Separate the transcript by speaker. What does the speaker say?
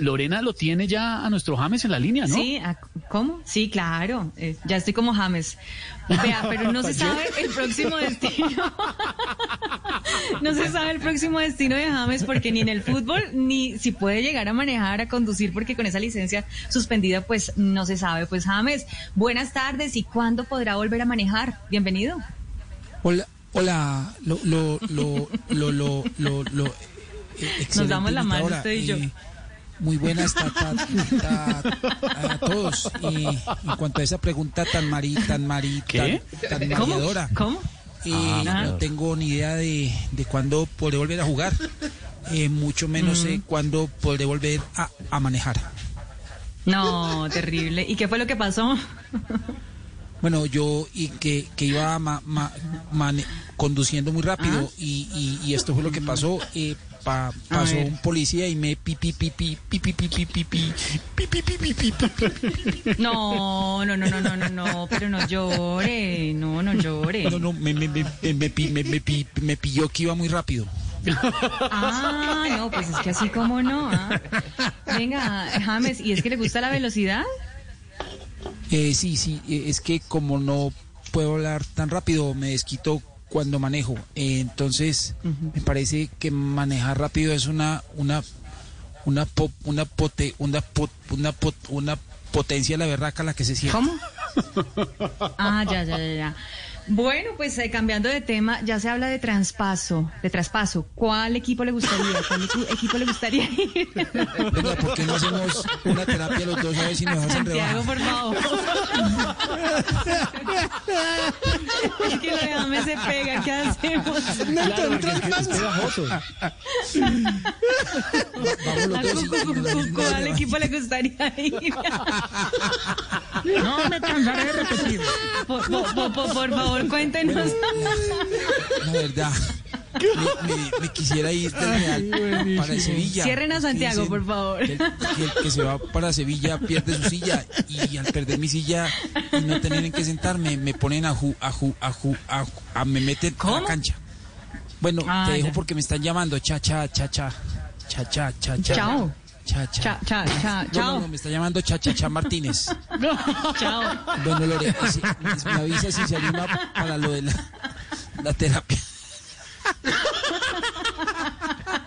Speaker 1: Lorena lo tiene ya a nuestro James en la línea, ¿no?
Speaker 2: Sí, ¿a- ¿cómo? Sí, claro. eh, ya estoy como James. Vea, pero no se sabe el próximo destino. no se sabe el próximo destino de James porque ni en el fútbol ni si puede llegar a manejar, a conducir, porque con esa licencia suspendida, pues no se sabe. Pues James, buenas tardes y cuándo podrá volver a manejar. Bienvenido.
Speaker 3: Hola, hola, lo, lo, lo, lo, lo, lo, lo, eh, excelente
Speaker 2: damos la mano
Speaker 3: invitadora,
Speaker 2: usted y yo.
Speaker 3: muy buenas ta- ta- ta- a todos. Y en cuanto a esa pregunta tan marí, tan marí,
Speaker 1: ¿Qué?
Speaker 3: tan, tan
Speaker 2: ¿Cómo?
Speaker 3: mareadora,
Speaker 2: ¿Cómo?
Speaker 3: eh,
Speaker 2: Ah.
Speaker 3: no tengo ni idea de, de cuándo podré volver a jugar, eh, mucho menos
Speaker 2: Mm.
Speaker 3: eh, cuándo podré volver a, a manejar.
Speaker 2: No, terrible. ¿Y qué fue lo que pasó?
Speaker 3: Bueno, yo y que, que iba ma- ma- mane- conduciendo muy rápido y, y- y esto fue lo que pasó. eh, pa- pasó
Speaker 2: ver.
Speaker 3: un policía y me pi pi pi pi pi pi pi pi pi pi pi pi pi pi pi pi
Speaker 2: No, no, no, no, no, no, no, pero no llore, no, no llore.
Speaker 3: no no me me me me me, pi- me, me pi- me pilló que iba muy rápido.
Speaker 2: Ah, no, pues es que así como no. ah. Venga, James, ¿y es que le gusta la velocidad?
Speaker 3: Eh, sí sí eh, es que como no puedo hablar tan rápido me desquito cuando manejo. Eh, entonces me parece que manejar rápido es una una una pop, una pote, una pot, una pot, una potencia de la berraca la que se siente.
Speaker 2: ¿Cómo? Ah, ya, ya, ya, ya. Bueno, pues eh, cambiando de tema, ya se habla de traspaso, de traspaso. ¿Cuál equipo le gustaría? ¿Cuál equi- equipo le gustaría ir?
Speaker 3: Venga, ¿por qué no hacemos una terapia los dos a ver si nos hacen
Speaker 2: Santiago,
Speaker 3: rebaja?
Speaker 2: por favor. Es que lo de James se pega, ¿qué hacemos?
Speaker 1: Claro, porque es que es pegajoso.
Speaker 3: Vamos los
Speaker 2: ¿A
Speaker 3: dos y-
Speaker 2: Cucu, Cucu,
Speaker 3: y nos hacen
Speaker 2: Cucu,
Speaker 3: una
Speaker 2: ¿Cuál
Speaker 3: rebaja.
Speaker 2: equipo le gustaría ir?
Speaker 1: No me cansaré de repetir.
Speaker 2: Por, por- por- por- por favor, cuéntenos.
Speaker 3: La verdad. Me, me- me quisiera ir del Real para el Sevilla.
Speaker 2: Cierren a Santiago,
Speaker 3: Dicen
Speaker 2: por favor.
Speaker 3: Que el, que el que se va para Sevilla pierde su silla y al perder mi silla y no tener en qué sentarme, me ponen a ju, a ju, a ju, a, ju- a- me meten a
Speaker 2: ¿Cómo?
Speaker 3: la cancha. Bueno,
Speaker 2: Ah,
Speaker 3: te dejo
Speaker 2: ya.
Speaker 3: porque me están llamando. Cha, cha, cha, cha. Cha, cha, cha, cha.
Speaker 2: Chao.
Speaker 3: Cha, cha.
Speaker 2: Cha- cha- cha-
Speaker 3: No,
Speaker 2: chao.
Speaker 3: no, no, me está llamando Cha, cha, cha Martínez.
Speaker 2: Chao.
Speaker 3: Bueno, Lore, ese- me avisa si se anima para lo de la, la terapia.